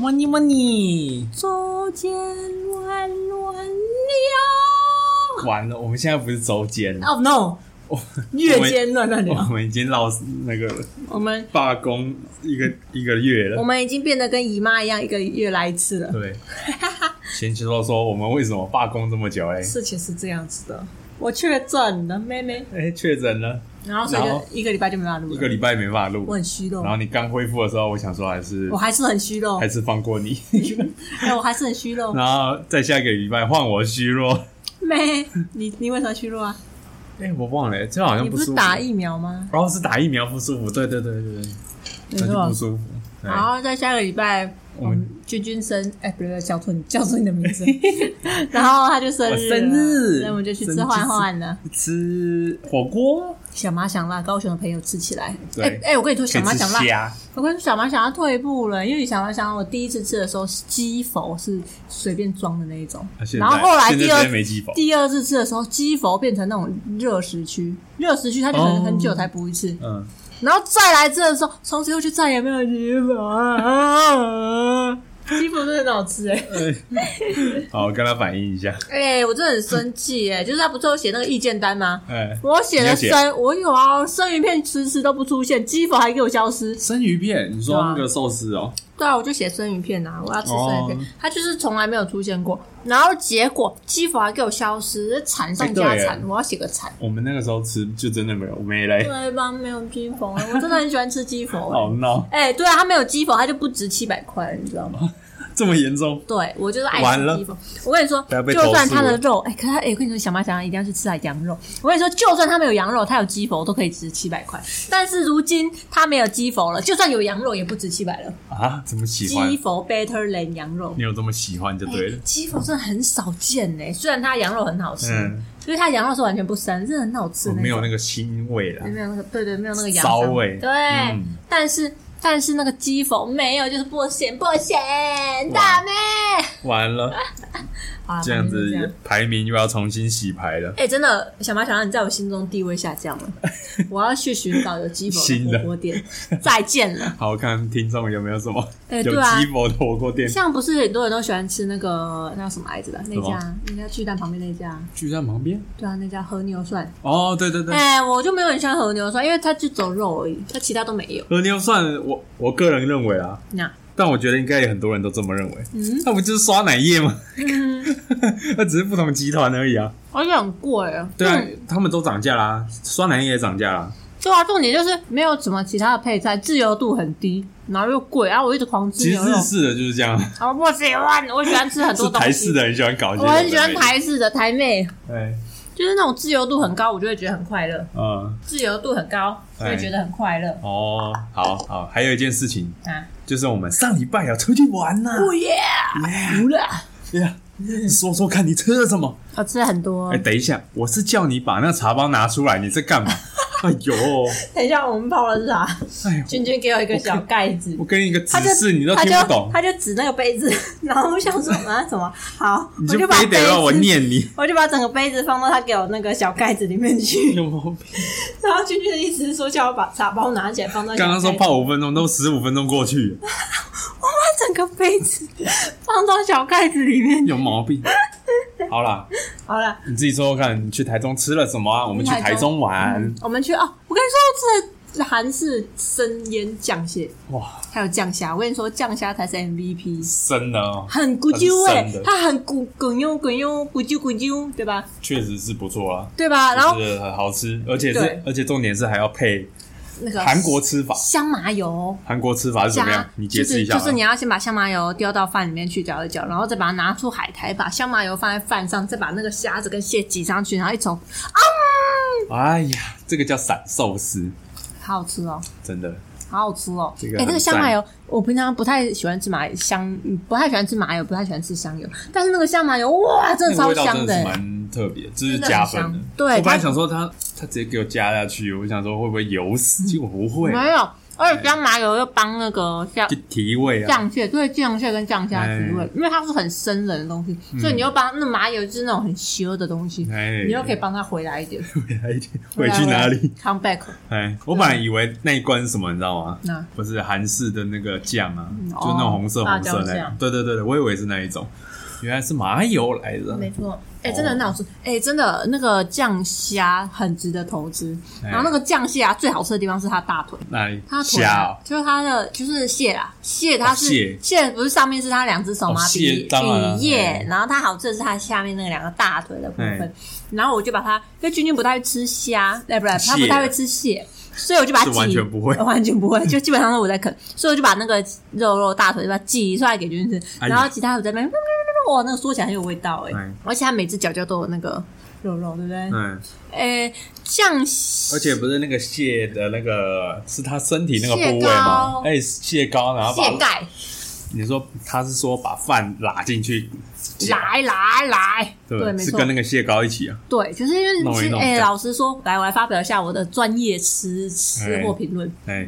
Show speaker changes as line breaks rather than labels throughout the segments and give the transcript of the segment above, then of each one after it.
么你么你，
周间乱乱聊。
完了，我们现在不是周间，
Oh no！
我哦
月间乱乱
我
聊，
们已经闹那个
我们
罢工一个一个月
我
了。
们已经变得跟姨妈一样，一个月来一次了。
对，先去说说我们为什么罢工这么久嘞？
事情是这样子的，我确诊了，妹妹，
哎，确诊了，
然后所以
然后
就一个礼拜就没办法录
一个
了。
礼拜没办法
我
录
很。虚弱
然，后你刚恢复的时候，我想说还是
我还是很虚弱
还，是放过你，
哎，我还是很虚弱。
然后再下一个礼拜换我虚弱。
妹，你你为什么虚弱啊？
哎，我忘了，这好像
你不
舒
是
服。
打疫苗吗？
哦，是打疫苗不舒服，对对对对对，
没
那就
错
不。舒服。对
然后在下个礼拜，
我
我
们
们君君生，哎、不对，不对叫错你，叫错你的 名字。然后他就生日了，
我生日
那我们就去吃换换了。
吃火锅，
小麻想辣，高雄的朋友吃起来。
对
哎哎、我跟你说，小麻
可以
想
吃
辣，
虾，
我跟你说，小麻想辣退步了，因为小麻想辣，我第一次吃的时候，鸡否是随便装的那一种
啊，现在
然后后来
现在
第二
直接没鸡煲
第二次吃的时候，鸡否变成那种热食区，热食区它就很、
哦
很久才补一次，
嗯，
然后再来这的时候，从此以后就再也没有鸡 粉。鸡粉真的很好吃哎、
好，我跟他反映一下，
哎、我真的很生气哎、就是他不是有写那个意见单吗？
哎，
我写
嗯你有
的
写
生，我有啊，生鱼片迟迟都不出现，鸡粉还给我消失。
生鱼片，你说那个寿司哦，
对啊，我就写生鱼片啊，我要吃生鱼
哦
片，他就是从来没有出现过。然后结果鸡粉还给我消失，惨上加
哎对
惨
哎，
我要写个惨。
我们那个时候吃就真的没有没来，
对吧？没有鸡粉，我真的很喜欢吃 鸡粉。
好闹，
哎、对啊，他没有鸡粉，他就不值七百块，你知道吗？
这么严重，
对，我就是爱
完了
吃鸡粉。我跟你说，
不要被
就算
投诉
它的肉，哎、可是它哎、我跟你说，小妈想一定要去吃它的羊肉。我跟你说，就算它没有羊肉，它有鸡佛都可以值七百块。但是如今它没有鸡佛了，就算有羊肉也不值七百了。
啊？怎么喜欢
鸡？佛 better than 羊肉
你，有这么喜欢就对了，
鸡佛真的很少见呢、虽然它羊肉很好吃，
嗯
因为它羊肉是完全不生，真的很好吃
我
那种。
没有那个腥味啦，
没有那个，对对，没有那个羊
骚
骚
味
对，
嗯
但是但是那个鸡佛没有，就是不咸不咸，大妹。
完了，
好啦
这样
啊反正就是这样
子排名又要重新洗牌了。
哎、真的，小马小浪，你在我心中地位下降 了。我要去寻找有鸡粉
新
的
的
火锅店。再见 了。
好看，听众有没有什么
哎
有
对啊
鸡脖的火锅店？
像不是很多人都喜欢吃那个那叫什么来着的那
什
家
么，
那家巨蛋旁边那家，
巨蛋旁边？
对啊，那家和牛涮。
哦，对对对，
哎、我就没有很喜欢和牛涮，因为它就走肉而已，它其他都没有。
和牛算我我个人认为啊，
那
但我觉得应该也很多人都这么认为。
嗯，
那不就是刷奶业吗？
嗯，
那只是不同集团而已啊。
而且很贵啊。
对啊
嗯，
他们都涨价啦，刷奶业也涨价啦。
对啊，重点就是没有什么其他的配菜，自由度很低，然后又贵，啊然后我一直狂吃
其实
牛肉
日，式的就是这样，
啊，我喜欢，我喜欢吃很
是
多东西。
台式的很喜欢搞一些。
我很喜欢。台式的台妹。
对，
就是那种自由度很高，我就会觉得很快乐；
哎嗯，
自由度很高，就
哎
会觉得很快乐
哦，好好，还有一件事情，
啊！
就是我们上礼拜要出去玩呐、
哦耶，服了！
对呀，说说看你吃了什么？
我吃了很多
哎、。等一下，我是叫你把那茶包拿出来，你在干嘛？哎呦，
等一下，我们泡了是啥？
哎呦，
君君给我一个小盖子
我，给你一个
他
指
就
示，你都
他
听
就
不懂，
他就指那个杯子，然后我想说啊什么好，
你
我就把
非
杯
得让我
子，
念你。
我就把整个杯子放到他给我那个小盖子里面 去。
有毛病！
然后君君的意思是说叫我把茶包拿起来放到小
刚刚说
盖子
泡五分钟，都十五分钟过去 了，
把整个杯子 放到小盖子里面。
有毛病。好啦，
好了。
你自己说说看，你去台中吃了什么啊？我们去台中玩，
嗯我们去哦，我跟你说，这韩式生腌酱蟹，
哇，
还有酱虾。我跟你说，酱虾才是 MVP，
生的哦，
很咕啾
很
哎、
生的
它很咕滚哟滚哟，咕啾咕啾，对吧？
确实是不错啊。
对吧？然后
就是很好吃，而且是
对
而且重点是还要配
那个
韩国吃法。
香麻油。
韩国吃法是怎么样
加？
你解释一下
就
啊。
是，就是你要先把香麻油丢到饭里面去搅一搅，然后再把它拿出海苔，把香麻油放在饭上，再把那个虾子跟蟹挤上去，然后一冲，
哎呀，这个叫散寿司，
好好吃哦。
真的。
好好吃哦！
这个
哎、
很
这个香
赞
麻油，我平常不太喜欢吃麻香，不太喜欢吃麻油，不太喜欢吃香油，但是那个香麻油，哇，真
那
的
个
超
味道
香
真的是
的。
蛮特别，这是加分
真
的
的很香。对
我本来
它
想说他他直接给我加下去，我想说会不会油死，结果不会。
嗯没有，而
哎
且姜麻油又帮那个像
就提味啊，
降血，对降血跟降虾提
哎
味，因为它是很生冷的东西，所以你又帮那麻油就是那种很羞的东西，
嗯哎，
你又可以帮它回来一点。
回来一点， 回去哪里？
？Come back。
哎，我本来以为那一关是什么，你知道吗？
那
不是韩式的那个酱啊，
哦
就那种红色
辣
红
椒
色的
酱，
对对对对，我以为是那一种，原来是麻油来的。
没错，哎、真的很好吃，哎、真的那个酱虾很值得投资。
哎
然后那个酱蟹啊，最好吃的地方是它大腿，
那里
它腿
虾
啊
哦，
就是它的就是蟹啦，蟹它
哦
是
蟹
蟹不是上面是它两只手吗
哦？蟹
比
当然了
比
哎
叶，然后它好吃的是它下面那个两个大腿的部分
哎。
然后我就把它，因为君君不太会吃虾，哎，不是，他
蟹
不太会吃蟹。所以我就把它
是
挤，
完全不会
呃完全 不会，就基本上是我在啃，所以我就把那个肉肉大腿就把它挤出来给君君吃，
哎
然后其他我在那边哇，那个缩起来很有味道哎、
哎
而且它每只脚脚都有那个肉肉，对不哎对？
嗯，
诶、酱、
而且不是那个蟹的那个，是它身体那个部位
蟹
吗
膏？
哎，蟹膏，然后
蟹
把
盖，
你说他是说把饭拉进去夹，
来来来，
对
对，
不对，
没
是
错
跟，那个蟹膏一起啊。
对，就是因为
弄一
其实
弄
诶、
这样
老实说，来，我来发表一下我的专业吃吃货评论。
哎，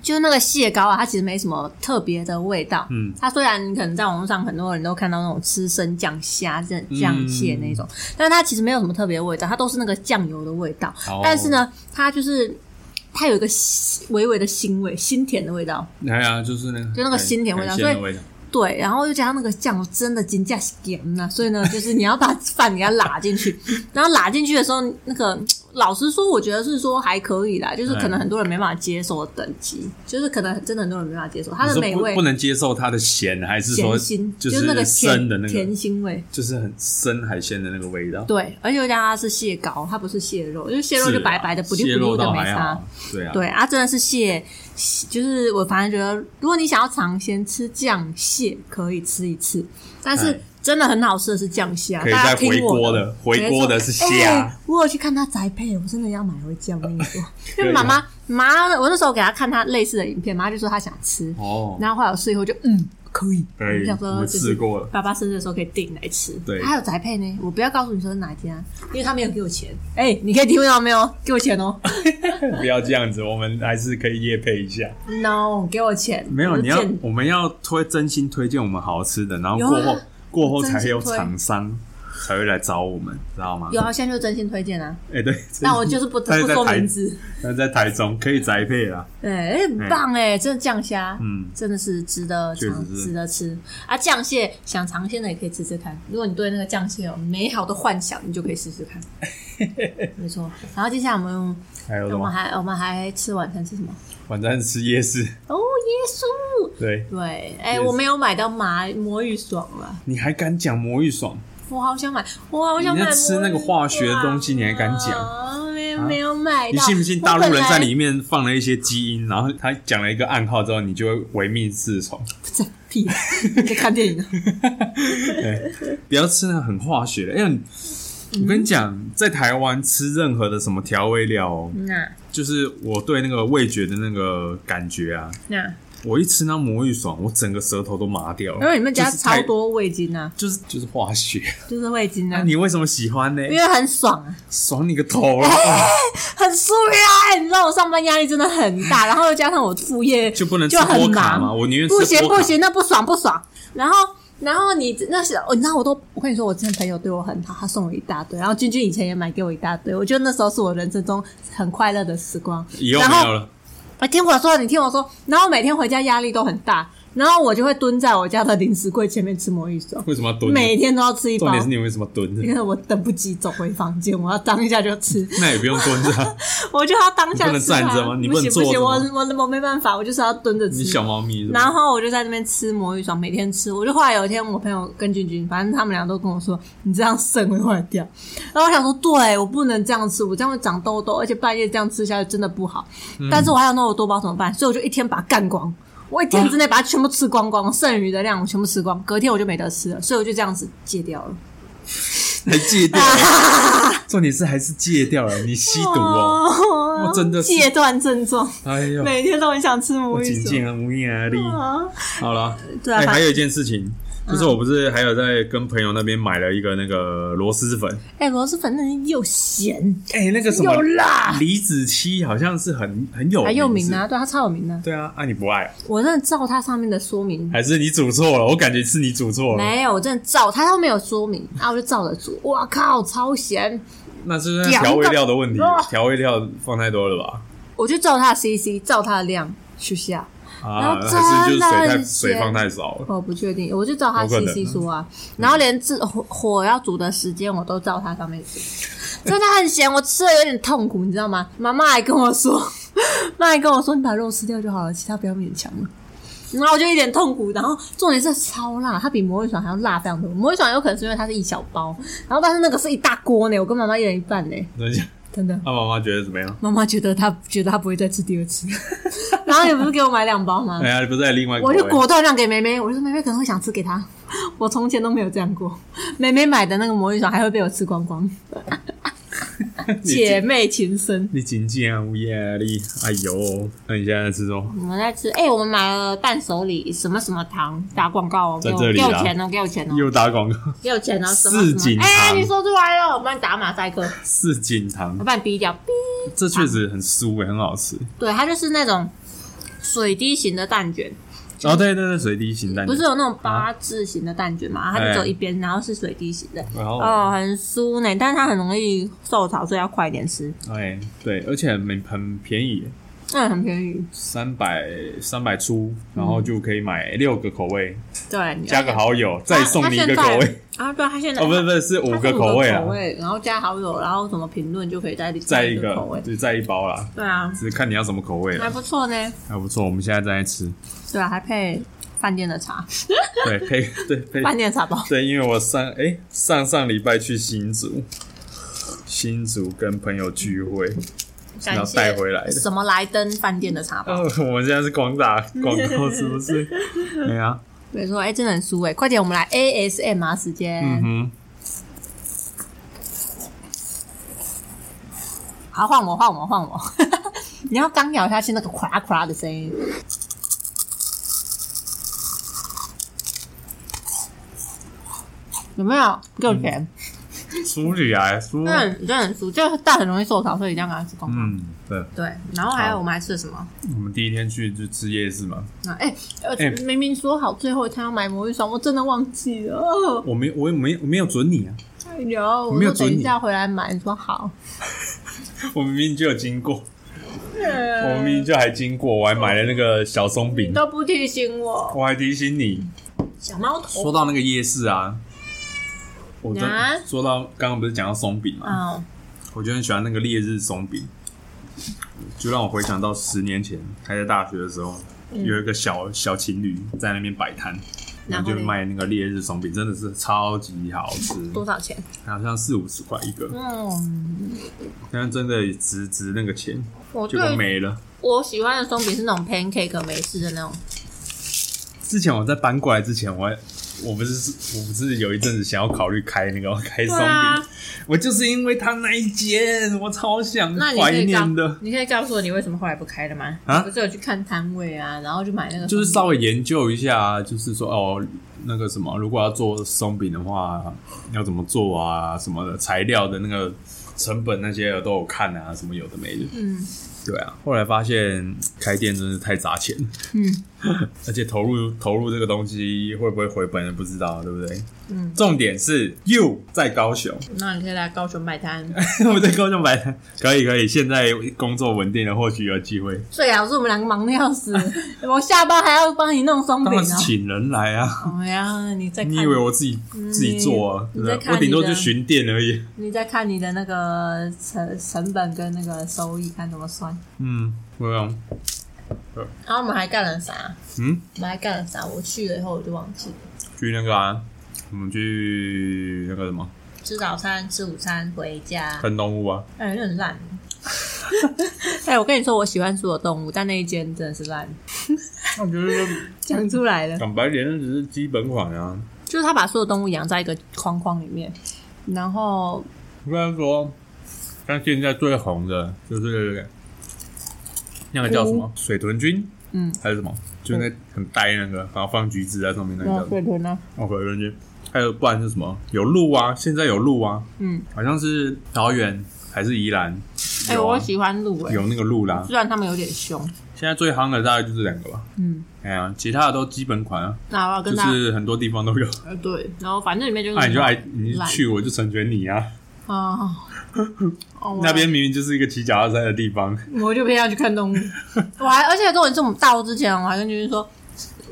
就是那个蟹膏啊，它其实没什么特别的味道。
嗯，
它虽然可能在网络上很多人都看到那种吃生酱虾、这酱蟹那种，
嗯
但是它其实没有什么特别的味道，它都是那个酱油的味道。
哦
但是呢，它就是它有一个微微的腥味，辛甜的味道。
哎呀，就是那个，
就那个鲜甜味道
海
所以
鲜的味道。
对，然后又加上那个酱，真的金价是甜呐、所以呢，就是你要把饭给它拉进去，然后拉进去的时候，那个老实说，我觉得是说还可以啦，就是可能很多人没办法接受的等级，就是可能真的很多人没办法接受它
你
的
说
美
不
味
不。能接受它的咸，还是说
甜心，
就是
那个
生
甜
的那个
甜，腥味。
就是很生海鲜的那个味道？
对，而且又加上它是蟹膏，它不是蟹肉，因为蟹
是
肉
啊
就白白的，不溜
蟹
不溜
肉
的
倒
没
还
啥
好。，对啊，
对啊，真的是蟹，蟹就是我反正觉得，如果你想要尝鲜吃酱蟹，可以吃一次，但是
哎
真的很好吃的是酱虾，
可以
大家
再
听
回
我
锅的，回锅的是啊
没错
虾
哎，我有去看他宅配，我真的要买回家。我跟你 说，因
可
为
以
妈妈妈，我那时候给她看她类似的影片，妈就说她想吃，
啊哦，
然后后来我试以后就嗯可以，
可以
我想
我
说
们
就
试
是
过了
爸爸生日的时候可以订来吃。
对
还有宅配呢，我不要告诉你说是哪一家，因为他没有给我钱。哎、你可以听到没有？给我钱哦
不要这样子，我们还是可以夜配一下。
，no，给我钱。
没有，
我就
你要
见
我们要推真心推荐我们好吃的，然后
有啊
过后过后
真心
才有
推
厂商才会来找我们，知道吗？
有啊，现在就真心推荐啊。
哎，对，
那我就 是不不
但是在
说
台
名字。
但是在台中可以宅配啦，
哎、很棒哎、真的酱虾，
嗯
真的是值得
确
尝，
实是
值得吃啊！酱蟹想尝鲜的也可以吃吃看，如果你对那个酱蟹有美好的幻想，你就可以试 试看。没错，然后接下来我们
还有什
我
么？
们还我们还吃晚餐吃什么？
晚餐吃夜市，
哦，耶稣！
对，
对，哎、
Yes
我没有买到麻魔芋爽啊了，
你还敢讲魔芋爽？
我好想买，我好想买
你在吃那个化学的东西你还敢讲啊
讲？哦没有没有买到，
你信不信大
我
陆
本
人
来
在里面放了一些基因，然后他讲了一个暗号之后，你就会唯命是 从？
在屁？你在看电影啊？
不要吃那个很化学的。哎、呀，我跟你讲，在台湾吃任何的什么调味料、哦，
那
就是我对那个味觉的那个感觉啊，
那，
我一吃那魔芋爽，我整个舌头都麻掉了。
因为你们加
就是太
超，多味精啊。
就是就是化学。
就是味精
那、
啊，
你为什么喜欢呢？
因为很爽啊，
爽你个头啊！ 啊
很舒压、你知道我上班压力真的很大，然后又加上我副业
就不能吃
就很
波卡吗？
忙，
我宁愿吃
不行
波卡
不，行，那不爽不爽。然后然后你那时候，你知道我都我跟你说，我之前朋友对我很好，他送我一大堆，然后君君以前也买给我一大堆，我觉得那时候是我人生中很快乐的时光。
以后
然
没
后
有了。
啊，听我说，你听我说，然后每天回家压力都很大，然后我就会蹲在我家的零食柜前面吃魔芋爽，
为什么要蹲？
每天都要吃一
重
包
点。是你为什么蹲着
因？为我等不及走回房间，我要当一下就吃。
那也不用蹲着啊、
我就要当下
你不能
吃啊
站着吗你
不
不能
行
坐着
行，我
吗
我我没办法，我就是要蹲着
你
吃
小。猫咪是吧
然后我就在那边吃魔芋爽，每天吃。我就后来有一天，我朋友跟君君，反正他们俩都跟我说，你这样肾会坏掉。然后我想说，对我不能这样吃，我这样会长痘痘，而且半夜这样吃下去真的不好。
嗯
但是我还有那么多包怎么办？所以我就一天把它干光，我一天之内把它全部吃光光，剩余的量我全部吃光，隔天我就没得吃了，所以我就这样子戒掉了。
还戒掉了， 重点是还是戒掉了。你吸毒哦，
哦
我真的是
戒断症状，
哎呦，
每天都很想吃魔
我
芋
仅
爽。
仅很无压力。
啊
好了，
对啊
哎
反嗯
还有一件事情，就是我不是还有在跟朋友那边买了一个那个螺蛳粉，
哎、螺蛳粉那是又咸
哎、那个什么
又辣，
李子柒好像是很很有
还有
名
名
哦是
啊，对，它超有名的。
对啊，啊你不爱哦，
我真的照它上面的说明，
还是你煮错了？我感觉是你煮错了，
没有，我真的照它都没有说明，啊，我就照着煮，哇靠，超咸！
那是那调味料的问题
两个，
调味料放太多了吧？
我就照它的 CC，照它的量去下，
啊，
然后
还是就是水
真的
太
很
水
咸
放太少 了。
我不确定，我就照它
有可能
CC 说啊，然后连制火火要煮的时间我都照它上 面写，真的很咸，我吃的有点痛苦，你知道吗？妈妈还跟我说，妈还跟我说你把肉吃掉就好了，其他不要勉强了。然后我就一脸痛苦，然后重点是超辣，它比魔芋爽还要辣非常多。魔芋爽有可能是因为它是一小包，然后但是那个是一大锅呢，我跟妈妈一人一半呢，
等一下，
真的。
他妈妈觉得怎么样？
妈妈觉得她觉得她不会再吃第二次， 然后你不是给我买两包吗
哎？呀，不是还有另外一个
我
口味
就果断让给梅梅，我就说梅梅可能会想吃给她， 我从前都没有这样过。梅梅买的那个魔芋爽还会被我吃光 光，
你
姐妹情深。
你今天无压力，哎呦，那你现在吃什么？
我们在吃，哎、我们买了伴手礼什么什么糖，打广告哦，给我
在这里
给
啦
我钱哦，给我钱哦，
又打广告，
给我钱哦，什么什
市井
么？
糖
哎、你说出来了，我帮你打马赛克，
四锦堂
我，帮你逼掉。逼
这确实很酥欸也很好吃。
对，它就是那种水滴型的蛋卷，
哦，对对对，水滴形蛋
不
卷
是，有那种八字形的蛋卷嘛？它就只有一
哎
边，然后是水滴形的，
然后
哦，很酥呢，但是它很容易受潮，所以要快一点吃。
哎，对，而且很很便宜，
嗯，很便宜，
三百三百出，然后就可以买六个口味，
对，
加个好友，再送你一个口味。
啊，对，嗯它现在
哦，不是不是，是五
它
个
是
口味啊
口，味，然后加好友，然后什么评论就可以再
再
再
一
口
个
味，
就再一包啦，
对啊，
只是看你要什么口味
还
了，
不错呢，
还不错。我们现在正在吃，
对啊，还配饭店的 茶，
对配对配
饭店茶包，
对，因为我上哎、上上礼拜去新竹，新竹跟朋友聚会，然
感
后
谢
带回来的。
什么莱登饭店的茶包，
哦，我们现在是广打广告是不是？哎呀，
没错，哎，真的很酥哎，快点，我们来 ASMR 时间，
嗯哼，
好，换我，换我，换我！ 你要刚咬下去那个咵咵的声音。有没有六钱？
淑女啊，淑
真的很真的很酥，就是蛋很容易受潮，所以一定要赶快吃光光。
嗯，对，
对，然后还有
好
我们还吃了什么？
我们第一天去就吃夜市嘛，
啊，哎、呃
哎
明明说好最后一天要买魔芋爽，我真的忘记了。哦、
我没我也没我没有准你啊，
哎呦，我
没有
说等
准
一
你
下回来买，你说好。
我明明就有经过，我
我
明明就还经过，我还买了那个小松饼，
哎都不提醒我，
我还提醒你，
小猫头。
说到那个夜市啊，我真
啊
说到刚刚不是讲到松饼嘛，
嗯，
我就很喜欢那个烈日松饼，就让我回想到十年前还在大学的时候，有一个小小情侣在那边摆摊，然
嗯然
后
后
就
嘞
卖那个烈日松饼，真的是超级好吃，
多少钱？
好像四五十块一个，
嗯，
但真的值值那个钱，
我
结
对
果
于
没了。
我喜欢的松饼是那种 pancake 美式的那种，
之前我在搬过来之前，我还我不是我不是有一阵子想要考虑开那个开松饼，
啊
我就是因为他那一间，我超想
那你可
怀
以告
念的，，
你可以告诉我你为什么后来不开了吗？
啊
你不是有去看摊位啊，然后就买那个松饼，
就是稍微研究一下，就是说哦，那个什么，如果要做松饼的话，要怎么做啊，什么的材料的那个成本那些都有看啊，什么有的没的，
嗯
对啊。后来发现开店真是太砸钱，
嗯，
而且投入投入这个东西会不会回本也不知道，对不对？
嗯，
重点是又在高雄，
那你可以来高雄摆摊。
我在高雄摆摊，可以可以，现在工作稳定了，或许有机会。
最好是啊我们两个忙的要死， 我下班还要帮你弄松
当
饼
然是
啊。
请人来啊！
哎呀，你在看
你以为我自己自己做啊？对
嗯你
不对
在看
我顶多
你
就
的
巡店而已。
你在看你的那个成成本跟那个收益，看怎么算。
嗯，没有。
然后我们还干了啥？
嗯，
我们还干了啥？我去了以后我就忘记了。
去那个啊，我们去那个什么
吃早餐，吃午餐，回家。
喷东屋啊，
哎、有点烂。 哎、我跟你说，我喜欢所有动物，但那一间真的是烂，
我觉 得
讲出来了。
讲白点，那只是基本款啊。
就是他把所有动物养在一个框框里面，然后
我跟他说，但现在最红的就是那个叫什么水豚菌，
嗯，
还是什么就那很呆那个，然后放橘子在上面那
那
个。
鬼屯呢？
哦，鬼人街，还有不然是什么？有鹿啊，现在有鹿啊，
嗯，
好像是桃园还是宜兰，
哎、
有啊
我喜欢鹿哎、
有那个鹿啦。
虽然他们有点凶。
现在最夯的大概就是两个吧，
嗯，
哎呀，其他的都基本款啊，
那我要
就
跟大家、
是很多地方都有。啊
呃对，然后反正里面就是
那、你就爱你
懒
去，我就成全你啊。
啊。哦
那边明明就是一个骑脚踏车的地方，
我就偏要去看 动物。我还而且重点是我们到之前，我还跟君君说，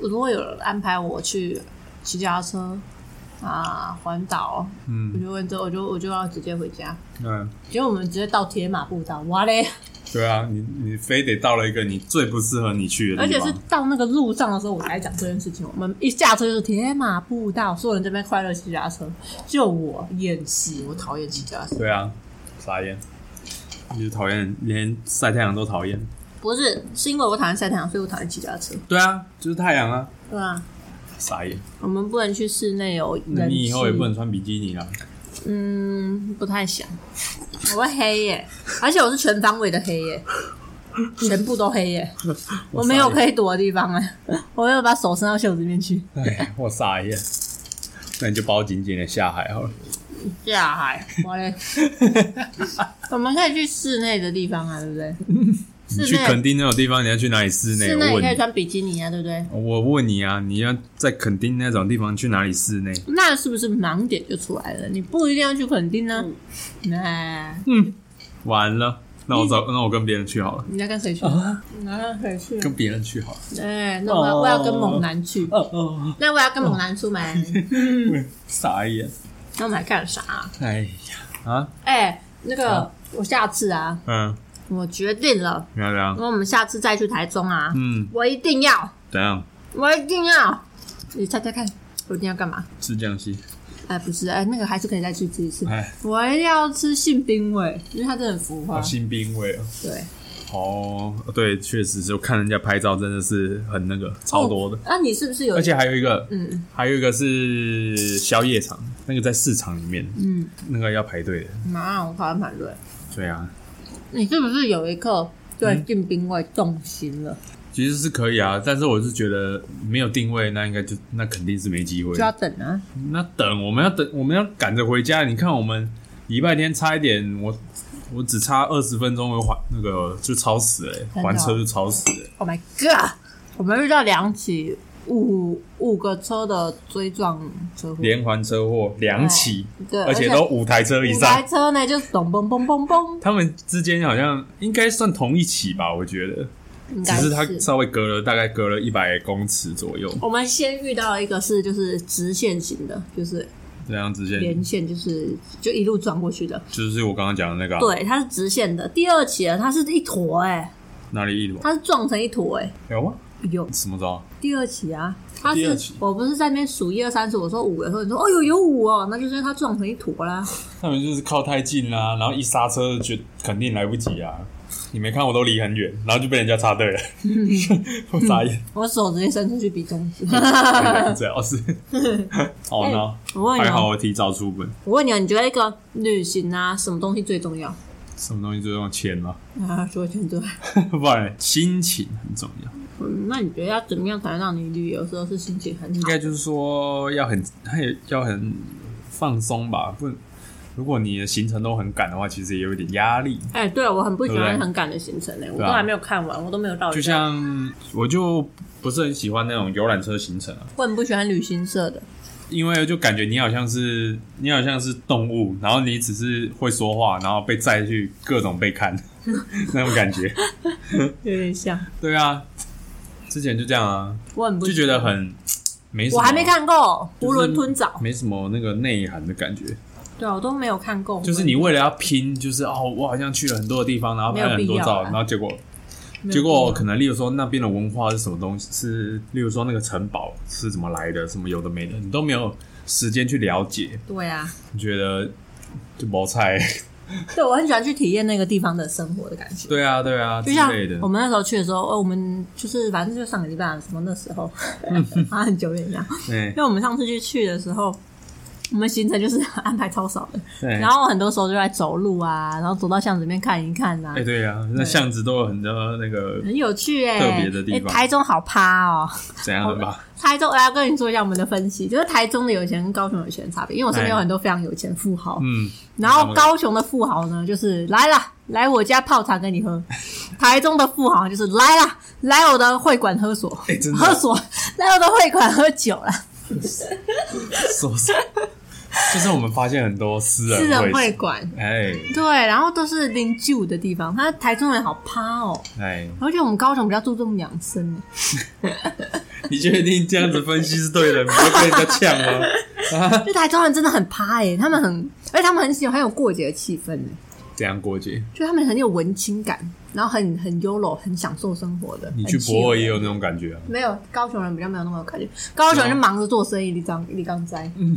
如果有人安排我去骑脚踏车啊环岛，我
嗯
就问这，我就我就要直接回家。
嗯，
结果我们直接到铁马步道，哇嘞！
对啊，你你非得到了一个你最不适合你去的
而
地
且
方，
是到那个路上的时候，我才讲这件事情。我们一下车就是铁马步道，所有人这边快乐骑脚踏车，就我厌世，我讨厌骑脚踏车。
对啊，傻眼，你就讨厌，连晒太阳都讨厌。
不是，是因为我讨厌晒太阳，所以我讨厌骑脚踏车。
对啊，就是太阳啊，
对啊，
傻眼。
我们不能去室内有人。
你以后也不能穿比基尼了。啊
嗯，不太想，我会黑耶，而且我是全方位的 黑耶，全部都黑耶，我没有可以躲的地方哎，我没有把手伸到袖子里面去。
哎，我傻眼。那你就包紧紧的下海好了。
下海，我嘞， 我们可以去室内的地方啊，对不对？
你
室
去垦
内
丁那种地方，你要去哪里室内？
室内
我
也可
问
以
你，
穿比基尼啊，对不对？
我问你啊，你要在垦丁那种地方去哪里室内？
那是不是盲点就出来了？你不一定要去垦丁呢、
嗯
哎、
完了，那我
嗯
找，那我跟别人去好了，
你要跟谁去？
啊
你要跟谁去？
哦跟别人去好了。
哎、那我要、我要跟猛男去，
哦哦，
那我要跟猛男出门。
嗯傻眼，
那我们来干啥、啊？
哎呀啊，
哎、那个、
啊
我下次啊，
嗯，
我决定了，
怎样怎样
那我们下次再去台中啊，
嗯，
我一定要，
怎样？
我一定要，你猜猜看，我一定要干嘛？
吃酱西，
哎、不是，哎、那个还是可以再去吃一次。
哎，
我一定要吃杏冰味，因为它真的很浮
好
夸。
新兵味哦。
对，
哦，对，确实是，我看人家拍照真的是很那个，超多的
哦。那、你是不是有？
而且还有一个，
嗯
还有一个是宵夜场，那个在市场里面，
嗯，
那个要排队的。
妈，我讨厌排队。
对啊，
你是不是有一刻对
嗯
杏冰味动心了，
其实是可以啊，但是我是觉得没有定位，那应该就那肯定是没机会
就。要等啊？
那等我们要等，我们要赶着回家。你看我们礼拜天差一点，我我只差二十分钟，我还那个就超死了、欸，
的哦
还车就超死了、欸。
Oh my god！我们遇到两起五五个车的追撞车祸，
连环车祸两起，
对，啊
而且都五台车以
五台
上，
车呢，就是咚嘣嘣嘣嘣，
他们之间好像应该算同一起吧？我觉得，
应
只
该
是它稍微隔了大概隔了一百公尺左右，
我们先遇到一个是就是直线型的，就是
这样直线
连线，就是就一路转过去的。
就是我刚刚讲的那个、啊，，
对，它是直线的。第二起呢，啊它是一坨哎、
哪里一坨
它是撞成一坨哎、
有吗？
有
什么招？
第二起啊，它
第二
是
起
我不是在那边数一二三四，我说五的时候，你说哦有有五哦，那就是因为它撞成一坨啦。
他们就是靠太近啦、然后一刹车就肯定来不及啊！你没看我都离很远，然后就被人家插队了， 我傻眼。
我手直接伸出去比中指。
这样哦是，好呢，
我问你
还
哦
好我提早出门。
我问你，啊，你觉得一个旅行啊，什么东西最重要？
什么东西最重要？钱了，
啊，说全对。
不然心情很重要。
嗯，那你觉得要怎么样才能让你旅游的时候是心情很
应
好？
该就是说要很，他也要很放松吧。不，如果你的行程都很赶的话，其实也有一点压力。
哎、对我很不喜
对不
欢
对
很赶的行程呢、欸我
对
都
啊
还没有看完，我都没有到家。
就像我就不是很喜欢那种游览车行程啊，
我很不喜欢旅行社的，
因为就感觉你好像是你好像是动物，然后你只是会说话，然后被载去各种被看 那种感觉。
有点像。
对啊，之前就这样啊，
我很不
就觉得，很没什
我
么，
还没看够《
就
囫
是
囵吞枣》
没什么那个内涵的感觉。
对啊，我都没有看够。
就是你为了要拼，就是哦，我好像去了很多的地方，然后拍了很多照，
没有必要啊
然后结果
没有
结
看
果
够
可能，例如说那边的文化是什么东西，是例如说那个城堡是怎么来的，什么有的没的，你都没有时间去了解，
对啊，
你觉得就毛菜？
对我很喜欢去体验那个地方的生活的感觉。
对啊，对啊之
就像
类的
我。们那时候去的时候，哦，我们就是反正就上个
嗯
礼拜什么那时候，好像很久远一样。
哎
因为我们上次去去的时候，我们行程就是安排超少的，
对，
然后很多时候就在走路啊，然后走到巷子里面看一看啊
哎、，对呀、那巷子都有很多那个
很有趣哎、
特别的地
哎
方
台中好趴哦。
怎样的吧？
台中，来我跟你做一下我们的分析，就是台中的有钱跟高雄有钱的差别，因为我身边有很多非常有钱富豪，
哎嗯，
然后高雄的富豪呢，就是来啦，来我家泡茶跟你 喝；台中的富豪就是来啦，来我的会馆喝所，
哎、真
喝
的
所，来我的会馆喝酒啦，
说是， 就是我们发现很多私
私
人
人
会
会，馆。
哎
对，然后都是零旧的地方，他台中人好趴哦，
哎，
而且我们高雄比较注重养生，
你确定这样子分析是对的？你会被人家呛吗？
就台中人真的很趴哎、他们很，而且他们很喜欢很有过节的气氛哎、
怎样，郭姐？
就他们很有文青感，然后很很优柔，很享受生活的。
你
很
去
chill
博尔也有那种感觉啊？
没有？高雄人比较没有那么有感觉，高雄人就忙着做生意，立刚立刚斋。
嗯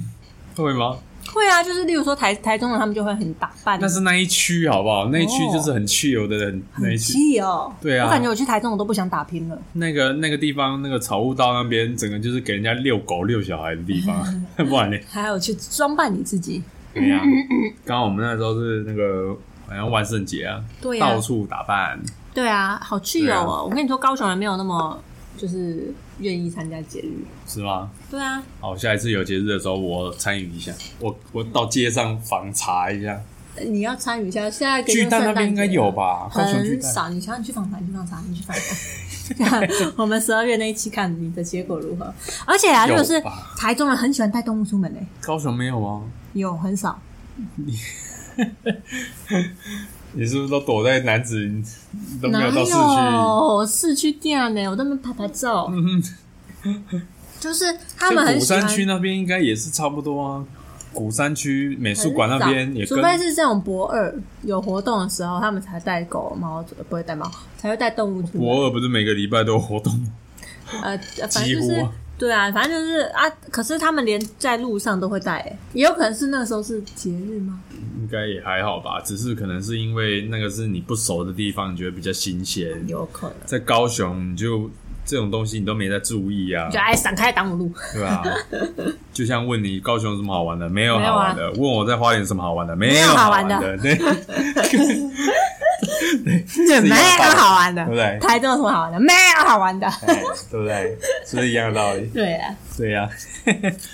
会吗？
会啊，就是例如说台台中人，他们就会很打扮，
那是那一区好不好？那一区
哦
就是很去油的人，那一
很
区
气哦。
对啊
我感觉我去台中，我都不想打拼了。
那个那个地方，那个草悟道那边，整个就是给人家遛狗遛小孩的地方， 不然呢？
还有去装扮你自己，
怎么样？
嗯
刚好我们那时候是那个好像万圣节啊，
对啊
到处打扮，
对啊，好气
对
哦、
啊
我跟你说，高雄人没有那么就是愿意参加节日。
是吗？
对啊，
好，下一次有节日的时候，我参与一下，我我到街上访查一下，
你要参与一下，现在给
巨
圣
蛋那
诞
边应该
节啊
有
了
吧？高雄巨
很
蛋，
少。你想想去访谈，去访谈，你去访 谈。我们十二月那一期看你的结果如何？而且啊，
有吧
如果是台中人很喜欢带动物出门诶、
高雄没有啊吗？
有很少。
你是不是都躲在男子，都没
哪
有到市区？
有市区店呢？我在那边拍拍照。 就是他们很
嗯古
喜
山
欢，
区那边应该也是差不多啊。古山区美
很
术馆那边
少
也
除
跟
非是这种博二有活动的时候，他们才带狗猫，不会带猫，才会带动物出门。
博尔不是每个礼拜都有活动吗？
呃，反正就
几乎
是
啊
对啊，反正就是啊，可是他们连在路上都会带、欸，也有可能是那个时候是节日吗？
应该也还好吧，只是可能是因为那个是你不熟的地方，你觉得比较新鲜。
有可能。
在高雄，你就这种东西你都没在注意 啊，
就哎，闪开挡 我路，
对吧、就像问你高雄有什么好玩的，没有
没有
好
啊
玩的；问我在花莲有什么好玩的，没
有好
好
玩的
的。 对，
没有好玩的，
对不对
台中有什么好玩的？没有好玩的。
哎对不对？是不是一样的道理？
对啊，
对呀、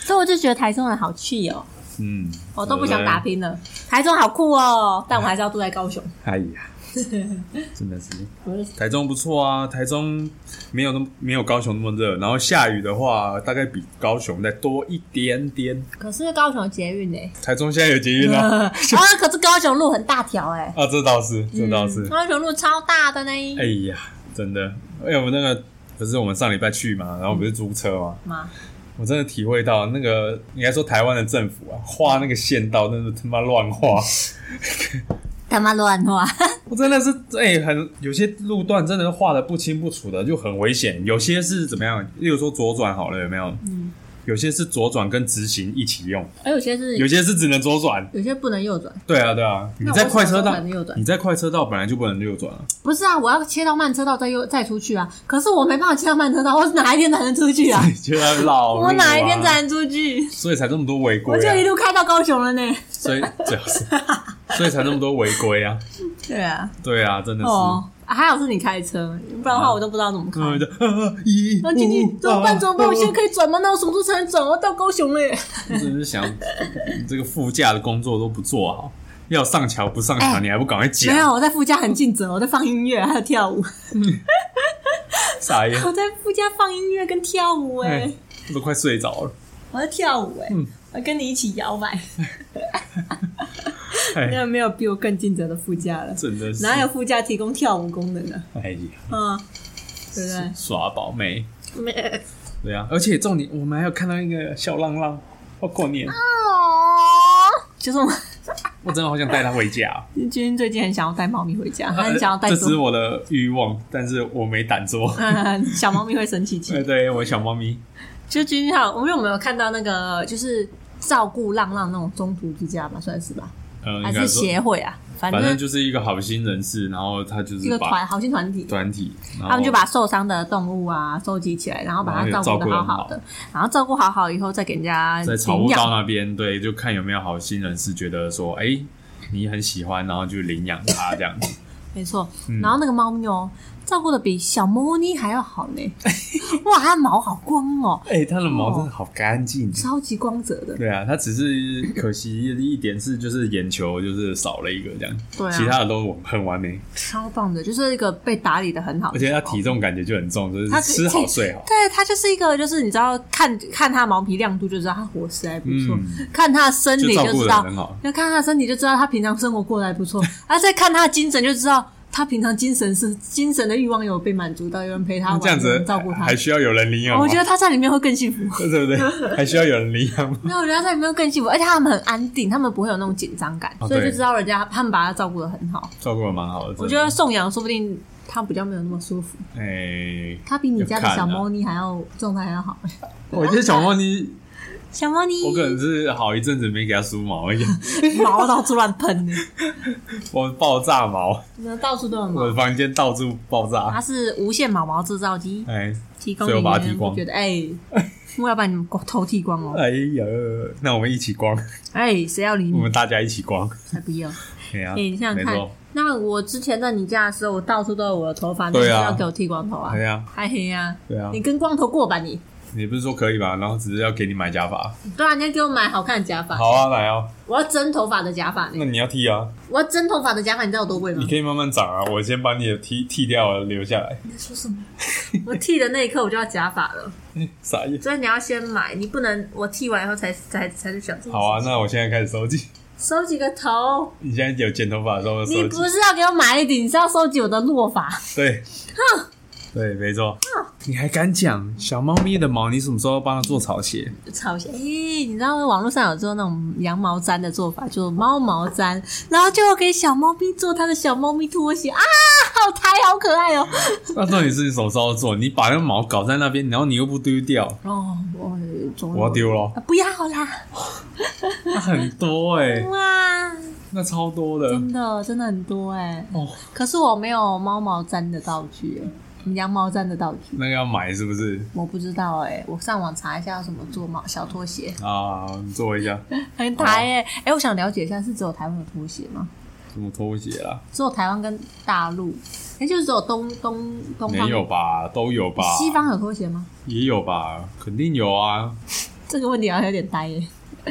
所以我就觉得台中人好气哦，
嗯，
我都不想打拼了。台中好酷哦，但我还是要住在高雄。
对不对。哎呀，真的是
我就
台中不错啊，台中没有那么没有高雄那么热，然后下雨的话，大概比高雄再多一点点。
可是高雄有捷运呢，
台中现在有捷运了。
啊，可是高雄路很大条哎，
啊，这倒是，这倒是。
嗯高雄路超大的呢。
哎呀，真的，哎、我那个不是我们上礼拜去嘛，然后不是租车嘛，
妈，
我真的体会到那个应该说台湾的政府啊，画那个线道真的他妈乱 画，
他妈乱画，
我真的是哎、很有些路段真的画的不清不楚的，就很危险。有些是怎么样，例如说左转好了，有没有？嗯。有些是左转跟直行一起用，
哎而有些是
有些是只能左转。
有些不能右转，
对啊，对啊，你
那
在
我
快车
为什么
道
不能右，转
你在快车道本来就不能右转啊。
不是啊，我要切到慢车道再右再出去啊。可是我没办法切到慢车道，我哪一天才能 出去啊？
你觉得老路
我哪一天
啊
才能出去？
所以才这么多违规、
我
啊，
就一路开到高雄了呢。
所以主要是，所以才那么多违规啊！
对啊，
对啊，真的是，
哦，啊还好是你开车，不然的话我都不知道怎么开。
嗯，就啊一，
那进去
五
怎么办？怎么办？我现在
啊
可以转吗？那我什么时候才能转？我要到高 雄嘞！
我真的是想，你这个副驾的工作都不做好，要上桥不上桥，
哎
你还不赶快
没
讲？
有，我在副驾很尽责，我在放音乐还有跳 舞，
傻眼，
我在副驾放音乐跟跳舞哎
哎，，我都快睡着了。
我在跳舞哎
嗯，
我跟你一起摇摆。没
哎，
有没有比我更尽责的副驾了，
真的是，
哪有副驾提供跳舞功能啊呢？
哎呀，
嗯，对不
耍宝妹，
对？没
对啊，而且重点，我们还有看到一个小浪浪，要过年，
哦，就是我们。
我真的好想带她回家哦。
君最近很想要带猫咪回家，他很想要带
呃这
多
是我的欲望，但是我没胆做。
嗯，小猫咪会生气气。
哎，对我小猫咪，
就君君好，因为我们有看到那个就是照顾浪浪那种中途之家吧，算是吧。
呃，
还
应
是
该说
协会啊，反
反正
正
就是一个好心人士，然后他就
一个
是把
团好心团体。
团体，然后
他们就把受伤的动物啊收集起来，然后把它
然后也
照顾
照顾
的好
得
好的，然后照顾好好以后再给人家
在草
领
悟道
养。
那边，对，就看有没有好心人士觉得说，哎、你很喜欢，然后就领养它这样子。
没错，
嗯
然后那个猫咪哦，照顾的比小猫咪还要好嘞！ 哇，它的毛好光哦，
哎、它的毛真的好干净。啊
超级光泽 的。
对啊，它只是可惜的一点是，就是眼球就是少了一个这样，
对啊
其他的都很完美，
超棒的，就是一个被打理的很好的
而
小
且
猫，
它体重感觉就很重，就是
它是
吃好睡好。
对它就是一个，就是你知道看看它毛皮亮度就知道它活实还不错，
嗯
看它的身体
就照
就
顾
知
的
道
很，好，
要看它的身体就知道它平常生活过得还不 错，啊，再看它的精神就知道它平常精神是精神的欲望有被满足到，有人陪它玩，
这样
有
子
人照顾它
还。需要有人领养吗？
我觉得它在里面会更幸福，
对不 对？还需要有人领养吗？
那我觉得它在里面会更幸福，而且它们很安定，它们不会有那种紧张感，
哦
所以就
对嗯
知道人家他们把它照顾的很好。
照顾的蛮好的，
我
真
觉
的
得送养说不定它比较没有那么舒服。
哎、
它比你家
有
的
看啊
小猫咪还要状态还要好。
我觉得小猫咪，
嗯小猫咪
我可能是好一阵子没给它梳毛而已，
毛到处乱喷呢，
我爆炸毛，
真的到处都有
我的
毛。
房间到处爆炸
它，是无限毛毛制造机，
哎
提供
所以
你
我把它
们
剃光
不觉得哎，我要把你们光头剃光哦。
哎呀，那我们一起光，
哎，谁要理
我
你
们？大家一起光，
才不要！
哎呀、
哎，你想想
嗯没
看
错，，
那我之前在你家的时候，我到处都有我的头发，你
对啊
是要给我剃光头啊
哎？呀，
还黑啊！
对啊
你，跟光头过吧你？
你不是说可以吧？然后只是要给你买假发，
对啊，你要给我买好看的假发，
好啊，来啊，
我要真头发的假发呢
那。你要剃啊，
我要真头发的假发，你知道有多贵吗
你？可以慢慢长啊，我先把你的剃剃掉了，留下来，
你在说什么？ 我剃的那一刻我就要假发了。
傻眼。
所以你要先买，你不能我剃完以后才才才去想。
好啊，那我现在开始收集。
收集个头，
你现在有剪头发的时候
你
收集
不，是要给我买一顶，你是要收集我的落发。
对，对，没错。你还敢讲小猫咪的毛？你什么时候帮它做草鞋？
超些，哎、你知道网络上有做那种羊毛毡的做法，就猫毛毡，然后就给小猫咪做它的小猫咪拖鞋啊，好抬，好可爱哦。
那重点是你什么时候做？你把那个毛搞在那边，然后你又不丢掉，
哦，我总
我要丢了。
啊，不要啦！
那很多哎、
嗯哇，
那超多的
真的真的很多哎、
哦。
可是我没有猫毛毡的道具、哎羊毛毡的道具。
那个要买是不是？
我不知道哎、我上网查一下要怎么做毛小拖鞋，
啊，你做一下
很台哎、哎、我想了解一下，是只有台湾有拖鞋吗？
什么拖鞋啦？
只有台湾跟大陆，哎、就是只有东东东
没
方
有吧？都有吧？
西方有拖鞋吗？
也有吧？肯定有啊。
这个问题好像有点呆耶、欸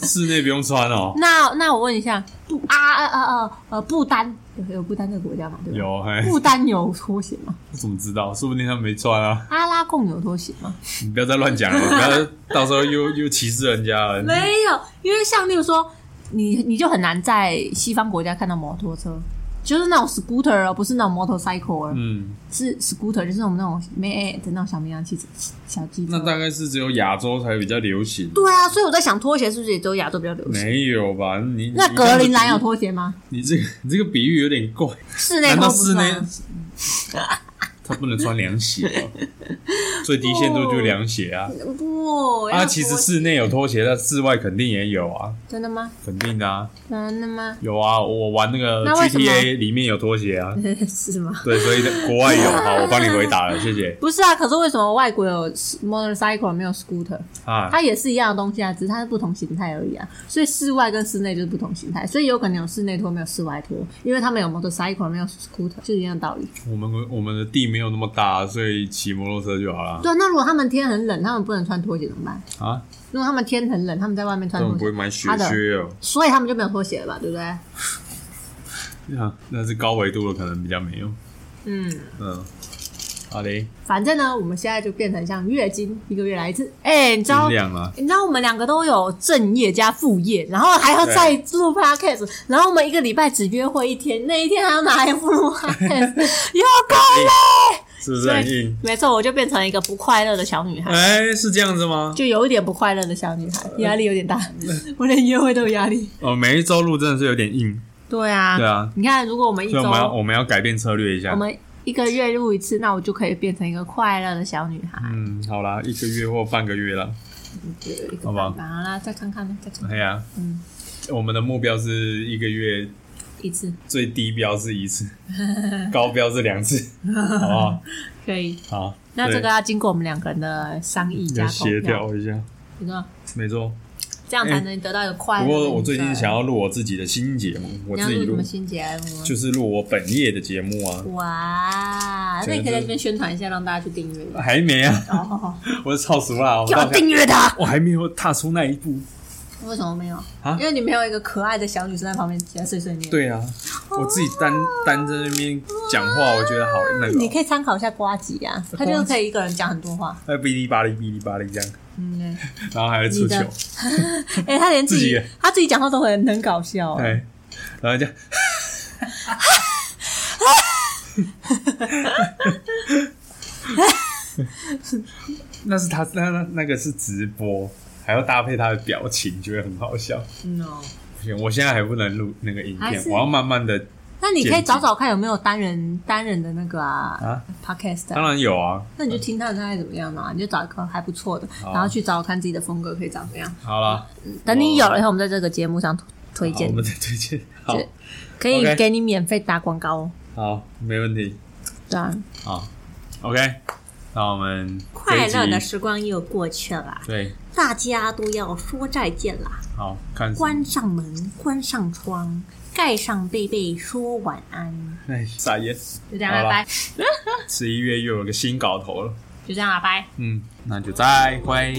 室内不用穿哦。
那那我问一下，不啊啊啊啊呃，不丹有有不丹这个国家吗？对吧？
有嘿，
嗯不丹有拖鞋吗？
我怎么知道？说不定他没穿啊！
阿拉贡有拖鞋吗？
你不要再乱讲了，不要到时候又又歧视人家了。
没有，因为像例如说，你你就很难在西方国家看到摩托车，就是那种 scooter 哦，不是那种 motorcycle 哦，
嗯，
是 scooter，就是我们那种没哎的那种小绵羊汽车、小机车
那。大概是只有亚洲才比较流行，
对啊，所以我在想，拖鞋是不是也只有亚洲比较流行？
没有吧？你
那格陵兰有
脱？
拖鞋吗？
你这个你这个比喻有点 怪，
室内
难
拖
道
不啊
室内
算啊？
他不能穿凉鞋吗？最低限度就凉鞋 啊！
不，
啊，
要拖
其实室内有拖鞋，但室外肯定也有啊，
真的吗？
肯定的啊，
真的吗？
有啊。我玩那个
那为什么
GTA 里面有拖鞋 啊，
是吗？
对，所以国外有。好，我帮你回答了，谢谢
不是啊，可是为什么外国有 motorcycle 没有 scooter？
啊。
它也是一样的东西啊，只是它是不同形态而已啊。所以室外跟室内就是不同形态，所以有可能有室内拖没有室外拖，因为他们有 motorcycle 没有 scooter，就是一样的道理。
我们我们的地没有那么大，所以骑摩托车就好了
对啊，那如果他们天很冷，他们不能穿拖鞋怎么办？
啊。
如果他们天很冷，他们在外面穿
但我
拖
们不会
鞋，
买雪
他的
靴哦。
所以他们就没有拖鞋了吧？对不对？
啊，那是高纬度的，可能比较没用。
嗯，
嗯，好嘞，
反正呢，我们现在就变成像月经，一个月来一次。哎、你知道
尽？量啊。
你知道我们两个都有正业加副业，然后还要再录 podcast，然后我们一个礼拜只约会一天，那一天还要拿来录 podcast，有够
是不是很硬？
没错，我就变成一个不快乐的小女孩，
哎、是这样子吗？
就有一点不快乐的小女孩，压力有点大，
嗯
我连约会都有压力。
哦，每一周录真的是有点硬，
对啊，
对啊
你看，如果我们一
所
周
以我们要我们要改变策略一下
我。们一个月录一次，那我就可以变成一个快乐的小女孩。
嗯，好啦，一个月或半个月啦，
有一个
好吧
办法好啦，再看看，再看看。
哎呀、
嗯
我们的目标是一个月
一次
最低标是一 次，高标是两次，好不好？
可以。
好，
那这
对
个要经过我们两个人的商议加
要
投
协
票，
调一下，
你说
没错。
这样才能得到一个快乐
哎不
的人
过
生。
我最近想要录我自己的新节目，我
你
自
要
己
录什
录
么，新节目吗？
就是录我本业的节目啊。
哇，那你可以在这边宣传一下，让大家去订阅。
还没啊，
哦，
我是超熟啊啦，我
要
到现在
订阅他？
我还没有踏出那一步。
为什么没有？
啊
因为你没有一个可爱的小女生在旁边在碎碎念。，
对啊，我自己单单在那边讲话，我觉得好那个哦，
你可以参考一下瓜吉啊，他就是可以一个人讲很多话。
还有哔哩吧哩哔哩吧哩这样，
嗯，
然后还会出
你的
糗，
哎、他连自己
自己哎
他自己讲话都很很搞笑、啊
对，然后这样， 那是他那那那个是直播，还要搭配他的表情，觉得很好笑。
嗯哦，
不行我现在还不能录那个影
还
片，
是
我要慢慢的。
那你可以
剪辑
找找看有没有单人单人的那个啊
啊
podcast 啊。
当然有啊，
那你就听他的大概怎么样嘛，你就找一个还不错的，
好
然后去找找看自己的风格可以长怎样。
好啦，
等你有了以后，我们在这个节目上推推
好，
荐
我
你
们再推 荐。好，
对可以
OK
给你免费打广告哦。
好，没问题。
对啊，
好，OK，那我们这一
快乐的
集
时光又过去了，啊
对，
大家都要说再见啦。
好看。
关上门，关上窗，盖上被被，说晚安。
哎，傻眼，
就这样，
好
拜
啦
拜。
十一月又有个新搞头了。
就这样啦，拜。
嗯，那就再会。